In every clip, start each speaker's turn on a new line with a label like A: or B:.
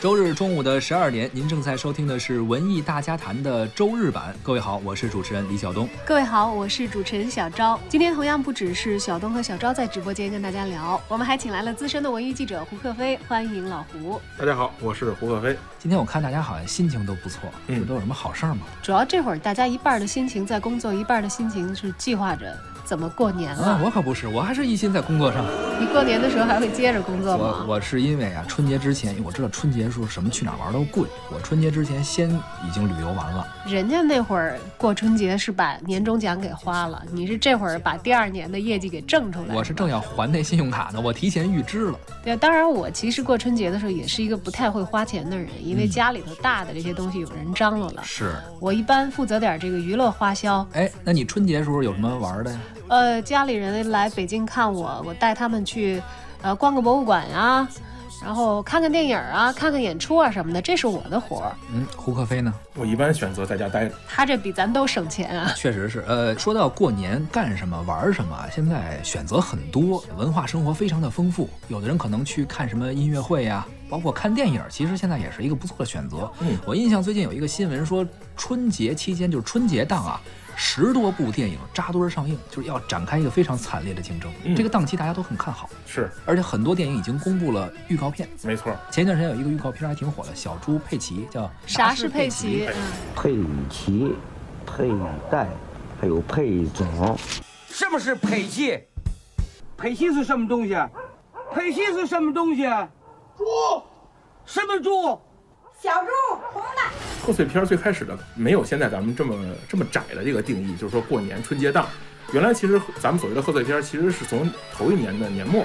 A: 周日中午的十二点，您正在收听的是《文艺大家谈》的周日版。各位好，我是主持人李晓东。
B: 各位好，我是主持人小昭。今天同样不只是小东和小昭在直播间跟大家聊，我们还请来了资深的文艺记者胡克飞，欢迎老胡。
C: 大家好，我是胡可飞。
A: 今天我看大家好像心情都不错，
C: 嗯
A: 这都有什么好事儿吗？
B: 主要这会儿大家一半儿的心情在工作，一半儿的心情是计划着怎么过年
A: 啊，
B: 了。
A: 我可不是，我还是一心在工作上。
B: 你过年的时候还会接着工作
A: 我
B: 吗？
A: 我是因为啊，春节之前，因为我知道春节时候什么去哪儿玩都贵，我春节之前先已经旅游完了。
B: 人家那会儿过春节是把年终奖给花了，你是这会儿把第二年的业绩给挣出来。
A: 我是正要还那信用卡呢，我提前预支了。
B: 对，当然我其实过春节的时候也是一个不太会花钱的人，因为家里头大的这些东西有人张罗了，
A: 是，
B: 我一般负责点这个娱乐花销。
A: 哎，那你春节时候有什么玩的呀？
B: 呃，家里人来北京看我，我带他们去，呃，逛个博物馆啊，然后看看电影啊，看看演出啊什么的，这是我的活儿。
A: 嗯，胡克飞呢？
C: 我一般选择在家待着，
B: 他这比咱都省钱 啊。
A: 确实是，呃，说到过年干什么玩什么啊，现在选择很多，文化生活非常的丰富。有的人可能去看什么音乐会呀、包括看电影，其实现在也是一个不错的选择。
C: 嗯
A: 我印象最近有一个新闻说，春节期间就是春节档啊，十多部电影扎堆儿上映，就是要展开一个非常惨烈的竞争。
C: 嗯
A: 这个档期大家都很看好，
C: 是
A: 而且很多电影已经公布了预告片。
C: 没错。
A: 前一段时间有一个预告片还挺火的，小猪佩奇叫《
B: 啥是佩奇？嗯
D: 佩奇、佩戴，还有佩总。
E: 什么是佩奇？佩奇是什么东西？佩奇是什么东西？猪。什么猪？
F: 小猪，红的。
C: 贺岁片最开始的没有现在咱们这么这么窄的这个定义，就是说过年春节档。原来其实咱们所谓的贺岁片，其实是从头一年的年末，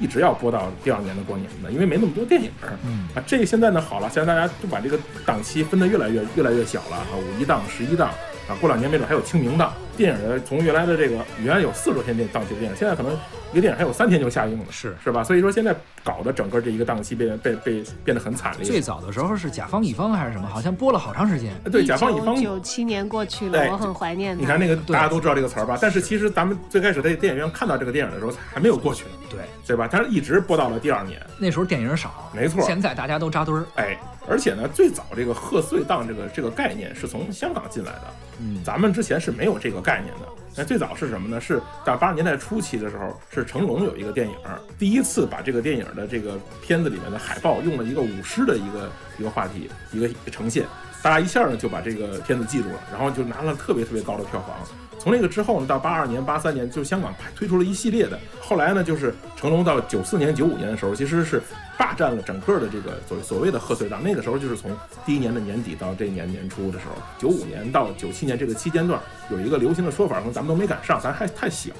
C: 一直要播到第二年的过年的，因为没那么多电影。
A: 嗯
C: 啊，这现在呢好了，现在大家就把这个档期分得越来越越来越小了啊，五一档、十一档啊，过两年没准还有清明档。电影的从原来的这个原来有四十多天电档期的电影，现在可能一个电影还有三天就下映了，
A: 是
C: 是吧？所以说现在搞的整个这一个档期变被被变得很惨烈。
A: 最早的时候是甲方乙方还是什么，好像播了好长时间。
C: 哎对，甲方乙方
B: 九七年过去了，
C: 哎
B: 我很怀念
C: 你
B: 他
C: 看。那个
A: 对
C: 大家都知道这个词儿吧？但是其实咱们最开始在电影院看到这个电影的时候，还没有过去呢，
A: 对，
C: 对吧？它一直播到了第二年，
A: 那时候电影少，
C: 没错
A: 现在大家都扎堆儿，
C: 哎，而且呢，最早这个贺岁档这个这个概念是从香港进来的，
A: 嗯，
C: 咱们之前是没有这个概念的。那最早是什么呢？是在八十年代初期的时候，是成龙有一个电影，第一次把这个电影的这个片子里面的海报用了一个舞狮的一个一个话题，一个呈现，大家一下呢就把这个片子记住了，然后就拿了特别特别高的票房。从那个之后呢，到八二年、八三年，就香港拍推出了一系列的。后来呢，就是成龙到九四年、九五年的时候，其实是霸占了整个的这个所所谓的贺岁档。那个时候就是从第一年的年底到这一年年初的时候，九五年到九七年这个期间段，有一个流行的说法，可能咱们都没赶上，咱还太小，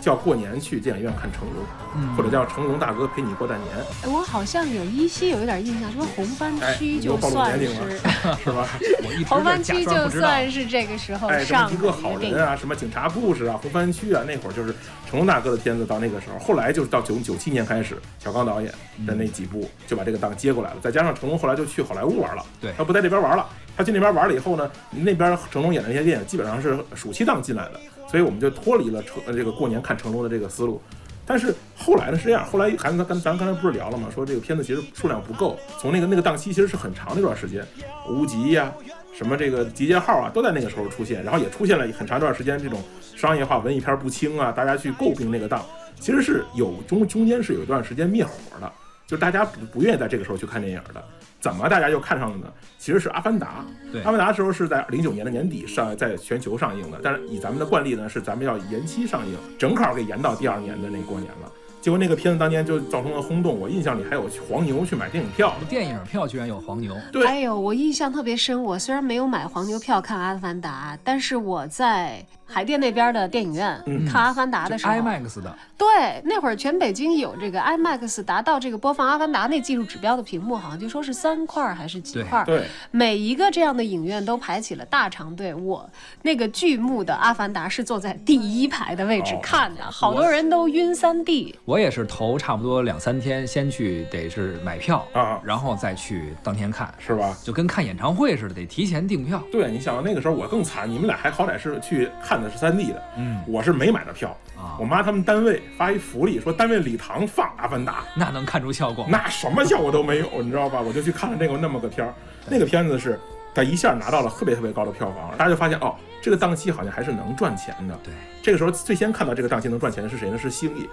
C: 叫过年去电影院看成
B: 嗯
C: 龙，或者叫成龙大哥陪你过大年，
B: 哎我好像有依稀有一点印象，说红番
C: 哎
B: 区
C: 你
B: 就
C: 又暴露
B: 算
C: 年龄
B: 是。
C: 是吧？
A: 我一直
B: 红番
A: 在假
B: 区
A: 装
B: 就
A: 不知道。
B: 算是这个时候
C: 哎，什
B: 上
C: 么
B: 的
C: 一个好
B: 电
C: 人
B: 影，
C: 啊，什么警察故事啊，红番区啊，那会儿就是成龙大哥的片子。到那个时候，后来就是到九九七年开始，小刚导演的那几部就把这个档接过来了。再加上成龙后来就去好莱坞玩了，
A: 对
C: 他不在这边玩了，他去那边玩了以后呢，那边成龙演的那些电影基本上是暑期档进来的，所以我们就脱离了成呃这个过年看成龙的这个思路。但是后来呢是这样，后来还咱咱咱刚才不是聊了吗？说这个片子其实数量不够，从那个那个档期其实是很长的一段时间，无极呀、什么这个集结号啊，都在那个时候出现，然后也出现了很长一段时间这种商业化文艺片不清啊，大家去诟病那个档，其实是有中中间是有一段时间灭火的，就是大家不不愿意在这个时候去看电影的。怎么大家又看上了呢？其实是《阿凡达》。
A: 对
C: 《阿凡达》的时候是在零九年的年底上在全球上映的，但是以咱们的惯例呢，是咱们要延期上映，正好给延到第二年的那过年了。结果那个片子当年就造成了轰动，我印象里还有黄牛去买电影票，
A: 电影票居然有黄牛，
C: 对
B: 哎呦，我印象特别深。我虽然没有买黄牛票看《阿凡达》，但是我在海淀那边的电影院、
C: 嗯
B: 看《阿凡达》的时候
A: IMAX 的，
B: 对，那会儿全北京有这个 IMAX 达到这个播放《阿凡达》那技术指标的屏幕，好像就说是三块儿还是几
A: 对
B: 块儿，
C: 对，
B: 每一个这样的影院都排起了大长队。我那个剧目的《阿凡达》是坐在第一排的位置
C: 哦
B: 看的，好
A: 我
B: 多人都晕三 D。
A: 我也是头差不多两三天，先去得是买票
C: 啊
A: 然后再去当天看，
C: 是吧？
A: 就跟看演唱会似的，得提前订票。
C: 对，你想那个时候我更惨，你们俩还好歹是去看的是三 D 的，
A: 嗯
C: 我是没买的票，
A: 啊，
C: 我妈他们单位发一福利，说单位礼堂放《阿凡达》，
A: 那能看出效果吗？
C: 那什么效果都没有， 你知道吧？我就去看了那个那么个片儿，那个片子是它一下拿到了特别特别高的票房，大家就发现哦，这个档期好像还是能赚钱的。
A: 对，
C: 这个时候最先看到这个档期能赚钱的是谁呢？是星爷。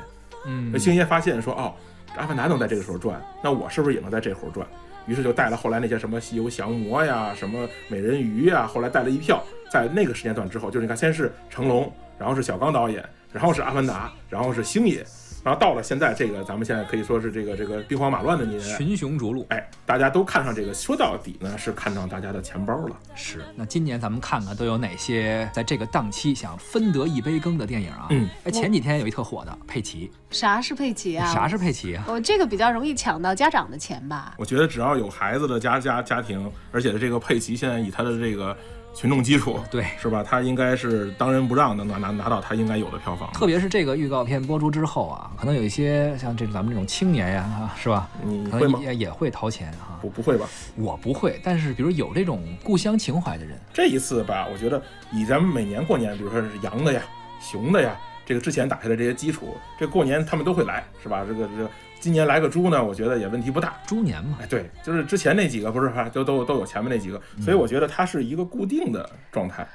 A: 嗯
C: 那，星爷发现说哦，阿凡达能在这个时候赚，那我是不是也能在这会儿赚？于是就带了后来那些什么西游降魔呀、什么美人鱼呀，后来带了一票，在那个时间段之后，就是你看先是成龙，然后是小刚导演，然后是阿凡达，然后是星爷，然后到了现在这个咱们现在可以说是这个这个兵荒马乱的年代，
A: 群雄逐鹿
C: 哎，大家都看上这个，说到底呢是看上大家的钱包了。
A: 是。那今年咱们看看都有哪些在这个档期想分得一杯羹的电影啊？
C: 嗯，
A: 哎，前几天有一特火的佩奇，
B: 啥是佩奇啊？
A: 啥是佩奇啊？
B: 我这个比较容易抢到家长的钱吧？
C: 我觉得只要有孩子的家家家庭，而且这个佩奇现在以他的这个群众基础，
A: 对
C: 是吧？他应该是当仁不让能拿拿拿到他应该有的票房。
A: 特别是这个预告片播出之后啊，可能有一些像这咱们这种青年呀，啊是吧？
C: 你
A: 可
C: 会
A: 能
C: 吗
A: 也也会掏钱啊。
C: 不不会吧？
A: 我不会，但是比如有这种故乡情怀的人，
C: 这一次吧，我觉得以咱们每年过年，比如说是羊的呀、熊的呀，这个之前打下的这些基础，这过年他们都会来，是吧？这个这个今年来个猪呢，我觉得也问题不大。
A: 猪年嘛，
C: 哎，对，就是之前那几个不是，都都都有前面那几个，所以我觉得它是一个固定的状态。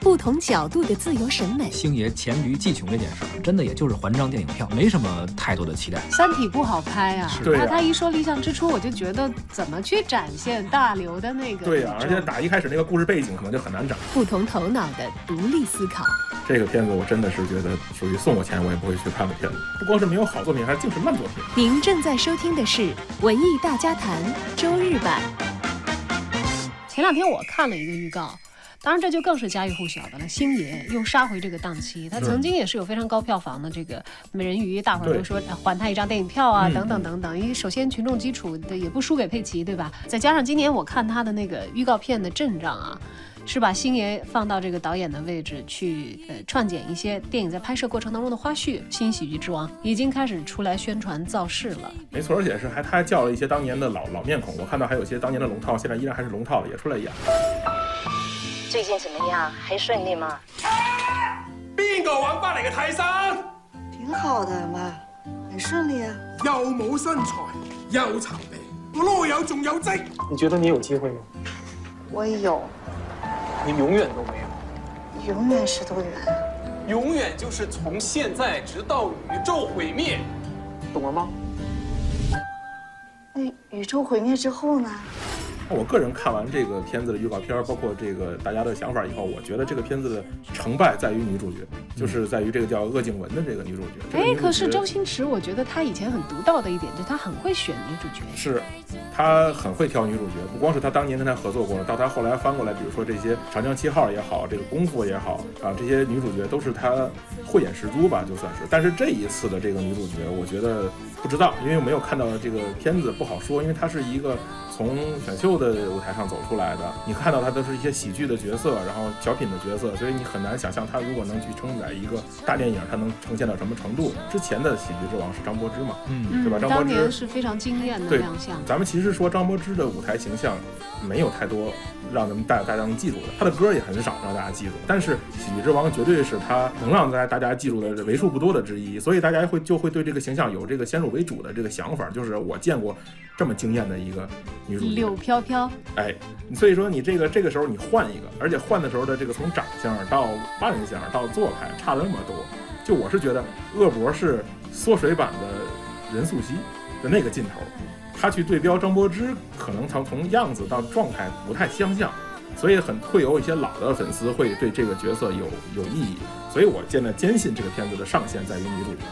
G: 不同角度的自由审美，
A: 星爷黔驴技穷这件事儿，真的也就是还张电影票，没什么太多的期待。
B: 三体不好拍啊，
C: 对
B: 他
C: 呀
B: 他一说理想之初，我就觉得怎么去展现大刘的那个
C: 对呀、
B: 宇
C: 而
B: 宙
C: 且打一开始那个故事背景可能就很难找。
G: 不同头脑的独立思考。
C: 这个片子我真的是觉得属于送我钱我也不会去看的片子，不光是没有好作品，还是净是烂作品。
G: 您正在收听的是《文艺大家谈》周日版。
B: 前两天我看了一个预告，当然这就更是家喻户晓的了。星爷又杀回这个档期，他曾经也是有非常高票房的这个《美人鱼》，大伙儿都说呃还他一张电影票啊，
C: 嗯
B: 等等等等。因为首先群众基础的也不输给佩奇，对吧？再加上今年我看他的那个预告片的阵仗啊。是把星爷放到这个导演的位置去，呃，串剪一些电影在拍摄过程当中的花絮。新喜剧之王已经开始出来宣传造势了，
C: 没错，而且是还他还叫了一些当年的老老面孔，我看到还有一些当年的龙套，现在依然还是龙套的也出来演。
H: 最近怎么样？还顺利吗？
I: 边个玩翻嚟嘅替身？
F: 挺好的嘛，很顺利啊。
I: 又冇身材，又殘肥，我啰柚仲有積。
J: 你觉得你有机会吗？
F: 我有，
J: 你永远都没有，
F: 永远啊是都远。
J: 永远就是从现在直到宇宙毁灭，懂了吗？
F: 那哎宇宙毁灭之后呢？
C: 我个人看完这个片子的预告片儿，包括这个大家的想法以后，我觉得这个片子的成败在于女主角，就是在于这个叫鄂靖雯的这个女主角。这个
B: 哎
C: 女，主
B: 可是
C: 角
B: 周星驰，我觉得他以前很独到的一点，就是他很会选女主角。
C: 是，他很会挑女主角，不光是他当年跟他合作过的，到他后来翻过来，比如说这些《长江七号》也好，这个《功夫》也好啊，这些女主角都是他慧眼识珠吧，就算是。但是这一次的这个女主角，我觉得不知道，因为我没有看到这个片子，不好说，因为她是一个从选秀的舞台上走出来的，你看到她都是一些喜剧的角色，然后小品的角色，所以你很难想象她如果能去承载一个大电影，她能呈现到什么程度。之前的喜剧之王是张柏芝嘛，
A: 嗯，
C: 对吧张柏
B: 当
C: 芝
B: 年是非常惊艳的
C: 对
B: 亮相。
C: 咱们其实说张柏芝的舞台形象没有太多让咱们大大家能记住的，她的歌也很少让大家记住。但是《喜剧之王》绝对是她能让大家大家记住的为数不多的之一，所以大家会就会对这个形象有这个先入为主的这个想法，就是我见过这么惊艳的一个女主角
B: 柳。飘飘，
C: 哎，所以说你这个这个时候你换一个，而且换的时候的这个从长相到扮相到做派差了那么多，就我是觉得恶博是缩水版的任素汐的那个劲头，他去对标张柏芝，可能从从样子到状态不太相像，所以很会有一些老的粉丝会对这个角色有有异议，所以我现在坚信这个片子的上限在于女主角。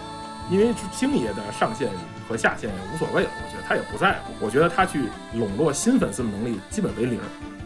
C: 因为星爷的上限和下限无所谓了，我觉得他也不在乎。我觉得他去笼络新粉丝的能力基本为零，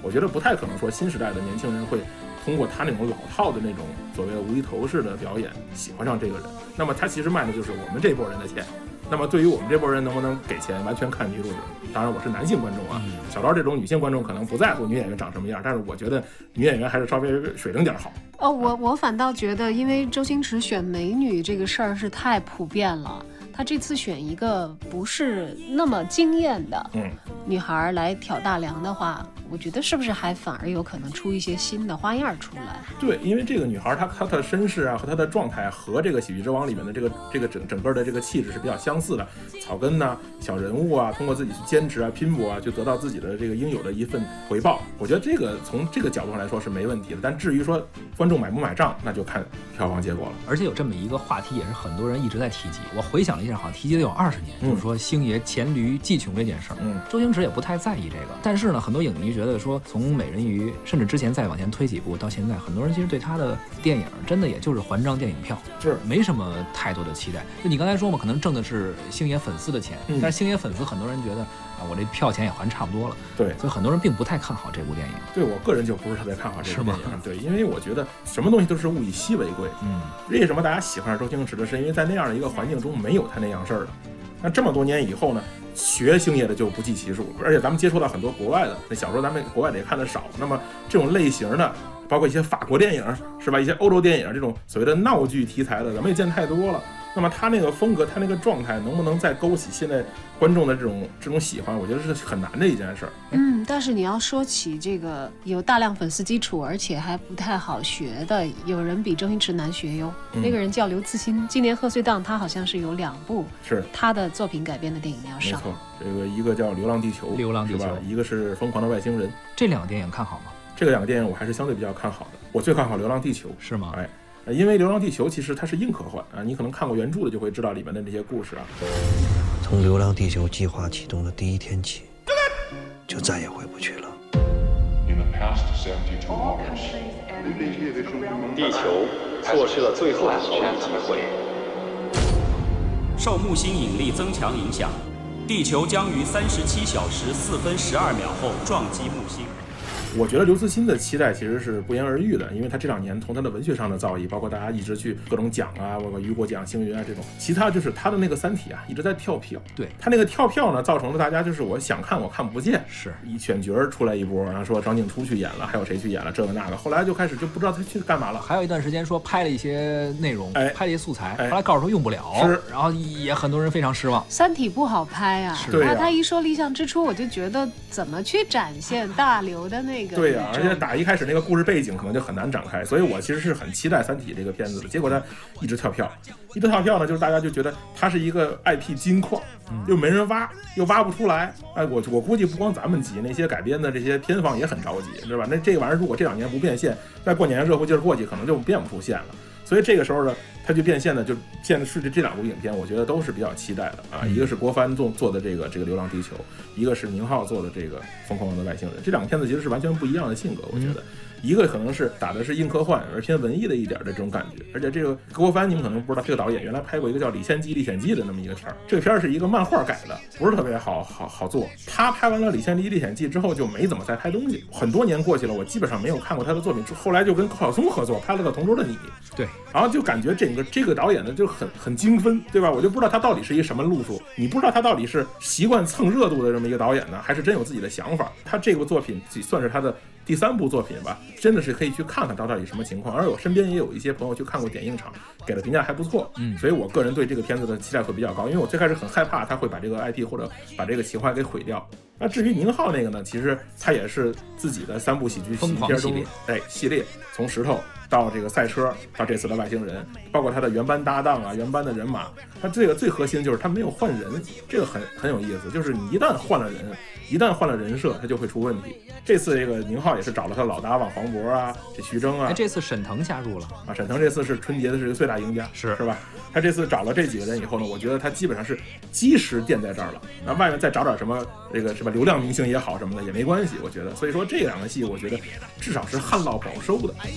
C: 我觉得不太可能说新时代的年轻人会通过他那种老套的那种所谓的无厘头式的表演喜欢上这个人。那么他其实卖的就是我们这波人的钱。那么对于我们这波人能不能给钱，完全看女主角。当然我是男性观众啊，小昭这种女性观众可能不在乎女演员长什么样，但是我觉得女演员还是稍微水灵点儿好。
B: 哦，我我反倒觉得，因为周星驰选美女这个事儿是太普遍了，他这次选一个不是那么惊艳的，
C: 嗯，
B: 女孩儿来挑大梁的话，我觉得是不是还反而有可能出一些新的花样儿出 来？
C: 对，因为这个女孩儿她她的身世啊和她的状态和这个《喜剧之王》里面的这个这个整整个的这个气质是比较相似的。草根呐、小人物啊，通过自己去坚持啊、拼搏啊，就得到自己的这个应有的一份回报。我觉得这个从这个角度上来说是没问题的。但至于说观众买不买账，那就看票房结果了。
A: 而且有这么一个话题，也是很多人一直在提及。我回想了一下，好像提及得有二十年，
C: 嗯
A: 就是说星爷黔驴技穷这件事儿。
C: 嗯，
A: 周星驰也不太在意这个，但是呢，很多影迷觉得说，从美人鱼，甚至之前再往前推几步，到现在，很多人其实对他的电影真的也就是还张电影票，
C: 是
A: 没什么太多的期待。就你刚才说嘛，可能挣的是星爷粉丝的钱，
C: 嗯
A: 但是星爷粉丝很多人觉得啊，我这票钱也还差不多了，
C: 对，
A: 所以很多人并不太看好这部电影。
C: 对我个人就不是特别看好这
A: 是
C: 个电
A: 吗
C: 影，对，因为我觉得什么东西都是物以稀为贵。
A: 嗯，
C: 为什么大家喜欢上周星驰的是因为在那样的一个环境中没有他那样事儿的。那这么多年以后呢，学星爷的就不计其数，而且咱们接触到很多国外的，那小说咱们国外的也看的少。那么这种类型的，包括一些法国电影是吧，一些欧洲电影这种所谓的闹剧题材的，咱们也见太多了。那么他那个风格，他那个状态，能不能再勾起现在观众的这种这种喜欢，我觉得是很难的一件事儿。
B: 嗯，但是你要说起这个有大量粉丝基础，而且还不太好学的，有人比周星驰难学哟。
C: 嗯
B: 那个人叫刘慈欣，今年贺岁档他好像是有两部
C: 是，
B: 他的作品改编的电影要
C: 没
B: 上。
C: 错，这个一个叫《流浪地球》，
A: 流浪地球
C: 是吧一个是《疯狂的外星人》，
A: 这两个电影看好吗？
C: 这两个电影我还是相对比较看好的。我最看好《流浪地球》，
A: 是吗？
C: 哎，呃因为《流浪地球》其实它是硬科幻啊，你可能看过原著的就会知道里面的那些故事啊。
K: 从“流浪地球”计划启动的第一天起，就再也回不去了。
L: 地球错失了最后的逃离机会。
M: 受木星引力增强影响，地球将于三十七小时四分十二秒后撞击木星。
C: 我觉得刘慈欣的期待其实是不言而喻的，因为他这两年从他的文学上的造诣，包括大家一直去各种奖啊，包括雨果奖、星云啊这种，其他就是他的那个《三体》啊，一直在跳票。
A: 对
C: 他那个跳票呢，造成了大家就是我想看我看不见，
A: 是
C: 一选角儿出来一波，然后说张静初去演了，还有谁去演了，这个那个，后来就开始就不知道他去干嘛了。
A: 还有一段时间说拍了一些内容，
C: 哎
A: 拍了一些素材，
C: 哎
A: 后来告诉说用不了，
C: 是
A: 然后也很多人非常失望。
B: 三体不好拍啊，
A: 是
C: 对
B: 他
C: 啊
B: 他一说立项之初，我就觉得怎么去展现大刘的那个
C: 对呀、
B: 那
C: 而
B: 种
C: 且打一开始那个故事背景可能就很难展开，所以我其实是很期待《三体》这个片子的。结果它一直跳票，一直跳票呢，就是大家就觉得它是一个 IP 金矿，又没人挖，又挖不出来。哎，我我估计不光咱们急，那些改编的这些片方也很着急，是吧？那这玩意儿如果这两年不变现，再过年热乎劲儿过去，可能就变不出现了。所以这个时候呢，它就变现的就现在是这这两部影片，我觉得都是比较期待的啊。一个是郭帆做做的这个这个《流浪地球》，一个是宁浩做的这个《疯狂的外星人》，这两个片子其实是完全不一样的性格，我觉得。一个可能是打的是硬科幻，而偏文艺的一点的这种感觉，而且这个郭帆你们可能不知道，这个导演原来拍过一个叫《李献计历险记》的那么一个片儿，这个片儿是一个漫画改的，不是特别好好好做。他拍完了《李献计历险记》之后就没怎么再拍东西，很多年过去了，我基本上没有看过他的作品。后来就跟高晓松合作拍了个《同桌的你》，
A: 对，
C: 然后就感觉整个这个导演呢就很很精分，对吧？我就不知道他到底是一什么路数，你不知道他到底是习惯蹭热度的这么一个导演呢，还是真有自己的想法。他这部作品算是他的第三部作品吧，真的是可以去看看他到底什么情况。而我身边也有一些朋友去看过点映场，给的评价还不错，
A: 嗯
C: 所以我个人对这个片子的期待会比较高，因为我最开始很害怕他会把这个 IP 或者把这个企划给毁掉。那至于宁浩那个呢，其实他也是自己的三部喜剧
A: 疯狂
C: 片
A: 系列
C: 中哎系列，从石头到这个赛车，到这次的外星人，包括他的原班搭档啊，原班的人马，他这个最核心就是他没有换人，这个很很有意思，就是你一旦换了人，一旦换了人设，他就会出问题。这次这个宁浩也是找了他老搭档黄渤啊，这徐峥啊
A: 哎，，这次沈腾加入了，
C: 啊，沈腾这次是春节的是一个最大赢家，
A: 是
C: 是吧？他这次找了这几个人以后呢，我觉得他基本上是基石垫在这儿了。
A: 嗯
C: 那外面再找点什么这个什么流量明星也好什么的也没关系，我觉得。所以说这两个戏，我觉得至少是旱涝保收的。
N: 哎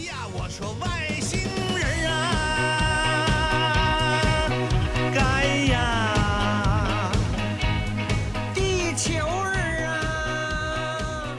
N: 啊该呀，地球儿啊！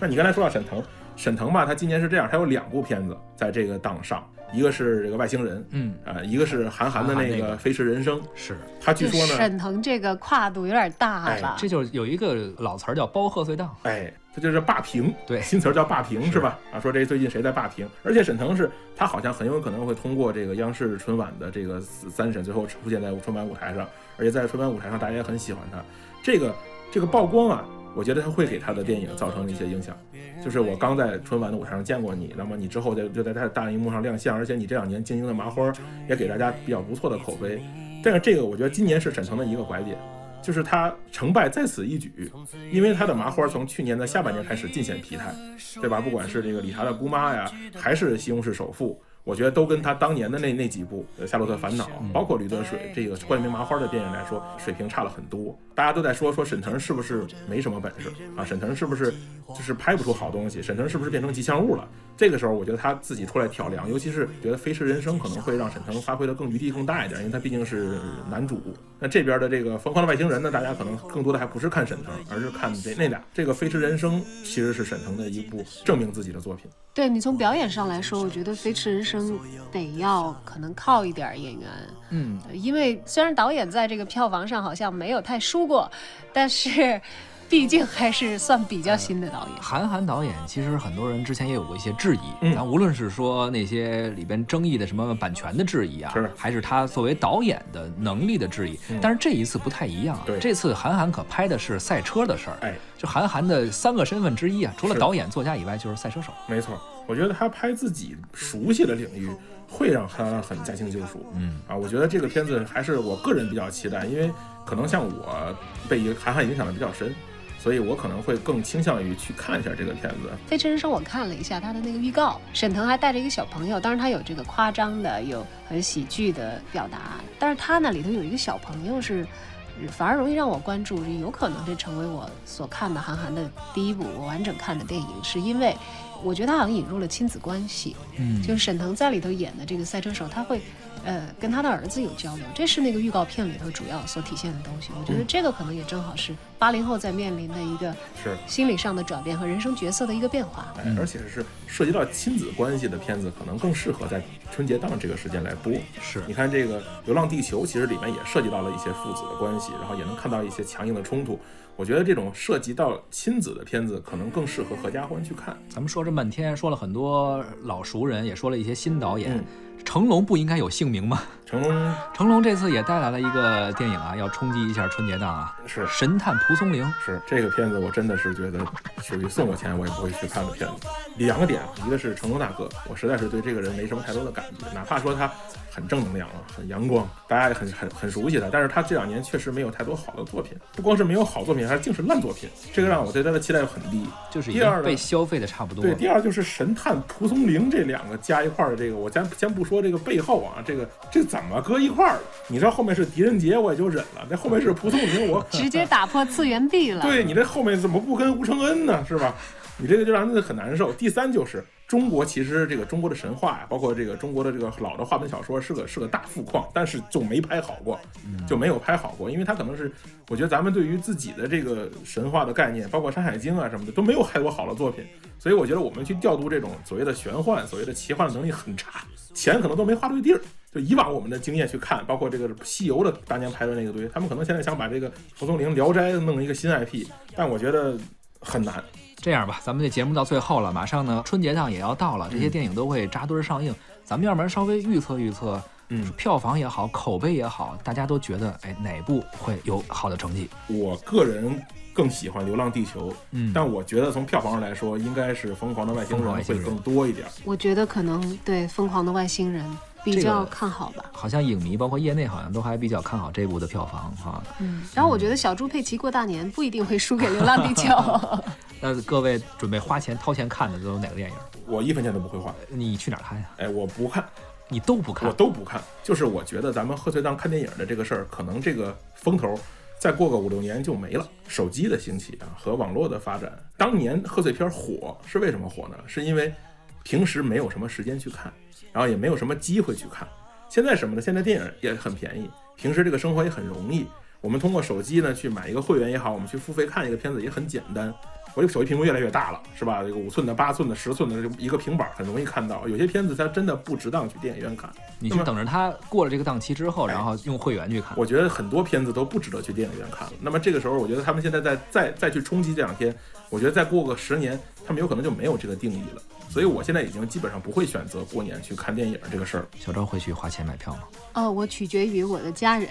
C: 那你刚才说到沈腾，沈腾吧，他今年是这样，他有两部片子在这个档上，一个是这个外星人，
A: 嗯，
C: 啊、一个是韩寒的
A: 韩寒
C: 那
A: 那
C: 个
A: 个
C: 《飞驰人生》，
A: 是
C: 他据说
B: 就
C: 呢，
B: 沈腾这个跨度有点大了。
A: 这就是有一个老词儿叫包贺岁档，
C: 哎，他就是霸屏，
A: 对
C: 新词儿叫霸屏是吧？啊，说这最近谁在霸屏？而且沈腾是他好像很有可能会通过这个央视春晚的这个三三审，最后出现在春晚舞台上，而且在春晚舞台上大家也很喜欢他。这个这个曝光啊，我觉得它会给他的电影造成一些影响。就是我刚在春晚的舞台上见过你，那么你之后在就在他的大荧幕上亮相，而且你这两年经营的麻花也给大家比较不错的口碑。但是这个我觉得今年是沈腾的一个拐点，就是他成败在此一举，因为他的麻花从去年的下半年开始尽显疲态，对吧？不管是这个理查的姑妈呀，还是西红柿首富。我觉得都跟他当年的那那几部《夏洛特烦恼》，包括《驴得水》这个冠名麻花的电影来说，水平差了很多。大家都在说说沈腾是不是没什么本事啊？沈腾是不是就是拍不出好东西？沈腾是不是变成吉祥物了？这个时候，我觉得他自己出来挑梁，尤其是觉得《飞驰人生》可能会让沈腾发挥的更余地更大一点，因为他毕竟是男主。那这边的这个《疯狂的外星人》呢，大家可能更多的还不是看沈腾，而是看这那俩。这个《飞驰人生》其实是沈腾的一部证明自己的作品。
B: 对你从表演上来说，我觉得《飞驰人生》得要可能靠一点儿演员，
A: 嗯，
B: 因为虽然导演在这个票房上好像没有太输过，但是毕竟还是算比较新的导演。
A: 韩寒导演其实很多人之前也有过一些质疑，
C: 嗯
A: 然后无论是说那些里边争议的什么版权的质疑啊
C: 是，嗯
A: 还是他作为导演的能力的质疑，但是这一次不太一样啊
C: 对，
A: 这次韩寒可拍的是赛车的事儿，
C: 哎，
A: 就韩寒的三个身份之一啊，除了
C: 是
A: 导演、作家以外，就是赛车手。
C: 没错，我觉得他拍自己熟悉的领域，会让他很驾轻就熟。
A: 嗯
C: 啊，我觉得这个片子还是我个人比较期待，因为可能像我被一个韩寒影响的比较深，所以我可能会更倾向于去看一下这个片子。
B: 《飞驰人生》我看了一下他的那个预告，沈腾还带着一个小朋友，当然他有这个夸张的，有很喜剧的表达，但是他那里头有一个小朋友是。呃反而容易让我关注，有可能这成为我所看的韩寒的第一部我完整看的电影，是因为我觉得他好像引入了亲子关系，
A: 嗯
B: 就是沈腾在里头演的这个赛车手，他会，呃，跟他的儿子有交流，这是那个预告片里头主要所体现的东西。我觉得
C: 嗯
B: 这个可能也正好是八零后在面临的一个
C: 是
B: 心理上的转变和人生角色的一个变化。
A: 嗯
C: 哎，而且是涉及到亲子关系的片子，可能更适合在春节档这个时间来播。
A: 是
C: 你看这个《流浪地球》，其实里面也涉及到了一些父子的关系，然后也能看到一些强硬的冲突。我觉得这种涉及到亲子的片子，可能更适合合家欢去看。
A: 咱们说这半天，说了很多老熟人，也说了一些新导演。
C: 嗯
A: 成龙不应该有姓名吗？
C: 成龙
A: 成龙这次也带来了一个电影啊，要冲击一下春节档啊，
C: 是
A: 《神探蒲松龄》。
C: 是这个片子，我真的是觉得属于送我钱我也不会去看的片子。两个点，一个是成龙大哥，我实在是对这个人没什么太多的感觉，哪怕说他很正能量啊，很阳光，大家也很很很熟悉他，但是他这两年确实没有太多好的作品，不光是没有好作品，还竟是烂作品，这个让我对他的期待很低。
A: 就是已
C: 第二
A: 经
C: 呢
A: 被消费的差不多
C: 对，
A: 了。
C: 第二就是神探蒲松龄这两个加一块儿的这个，我先先不说这个背后啊，这个这怎么搁一块儿？你知道后面是狄仁杰，我也就忍了，那后面是蒲松龄，我
B: 直接打破次元壁了。
C: 对你这后面怎么不跟吴承恩呢？是吧？ 你这个就让人很难受。第三就是中国，其实这个中国的神话呀，包括这个中国的这个老的话本小说，是个是个大富矿，但是就没拍好过，就没有拍好过，因为它可能是，我觉得咱们对于自己的这个神话的概念，包括《山海经》啊什么的，都没有太多好的作品，所以我觉得我们去调度这种所谓的玄幻、所谓的奇幻的能力很差，钱可能都没花对地儿。就以往我们的经验去看，包括这个《西游》的当年拍的那个堆，他们可能现在想把这个蒲松龄《聊斋》弄一个新 IP，但我觉得很难。
A: 这样吧，咱们这节目到最后了，马上呢春节档也要到了，这些
C: 嗯
A: 电影都会扎堆儿上映。咱们要不然稍微预测预测，
C: 嗯，
A: 票房也好，口碑也好，大家都觉得哎哪部会有好的成绩？
C: 我个人更喜欢《流浪地球》，
A: 嗯
C: 但我觉得从票房上来说，应该是《疯狂的外星
A: 疯狂
C: 人
A: 外》星
C: 会
A: 人
C: 更多一点。
B: 我觉得可能对《疯狂的外星人》比较看好吧。
A: 好像影迷包括业内好像都还比较看好这部的票房哈。
B: 嗯，然后我觉得小猪佩奇过大年不一定会输给《流浪地球》，
A: 那各位准备花钱掏钱看的都有哪个电影？
C: 我一分钱都不会花，
A: 你去哪儿看呀？
C: 哎，我不看，
A: 你都不看
C: 我？都不看。就是我觉得咱们贺岁档看电影的这个事儿，可能这个风头再过个五六年就没了。手机的兴起啊和网络的发展，当年贺岁片火是为什么火呢？是因为平时没有什么时间去看，然后也没有什么机会去看。现在什么呢？现在电影也很便宜，平时这个生活也很容易。我们通过手机呢去买一个会员也好，我们去付费看一个片子也很简单。我这个手机屏幕越来越大了，是吧？这个五寸的、八寸的、十寸的，这一个平板很容易看到。有些片子它真的不值当去电影院看。
A: 你
C: 那
A: 是
C: 么
A: 等着它过了这个档期之后，然后用会员去看。
C: 我觉得很多片子都不值得去电影院看了。那么这个时候，我觉得他们现在在再再去冲击这两天，我觉得再过个十年，他们有可能就没有这个定义了。所以我现在已经基本上不会选择过年去看电影这个事儿。
A: 小赵会去花钱买票吗？
B: 哦，我取决于我的家人，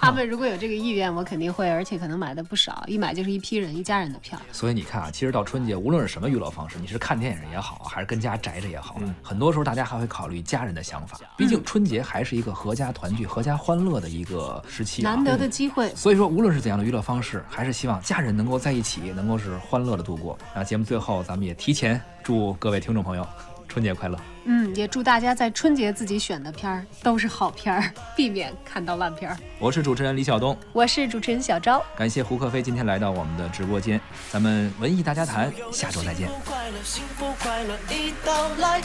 B: 他们如果有这个意愿，我肯定会，而且可能买的不少，一买就是一批人一家人的票。
A: 所以你看啊，其实到春节，无论是什么娱乐方式，你是看电影也好，还是跟家宅着也好，
C: 嗯
A: 很多时候大家还会考虑家人的想法。毕竟春节还是一个合家团聚、合家欢乐的一个时期、啊，
B: 难得的机会。
A: 所以说，无论是怎样的娱乐方式，还是希望家人能够在一起，能够是欢乐的度过。那节目最后，咱们也提前祝各位听众朋友春节快乐。
B: 嗯，也祝大家在春节自己选的片儿都是好片儿，避免看到烂片儿。
A: 我是主持人李晓东，
B: 我是主持人小昭，
A: 感谢胡克飞今天来到我们的直播间，咱们文艺大家谈，下周再见。
N: 快乐，幸福快乐一道来。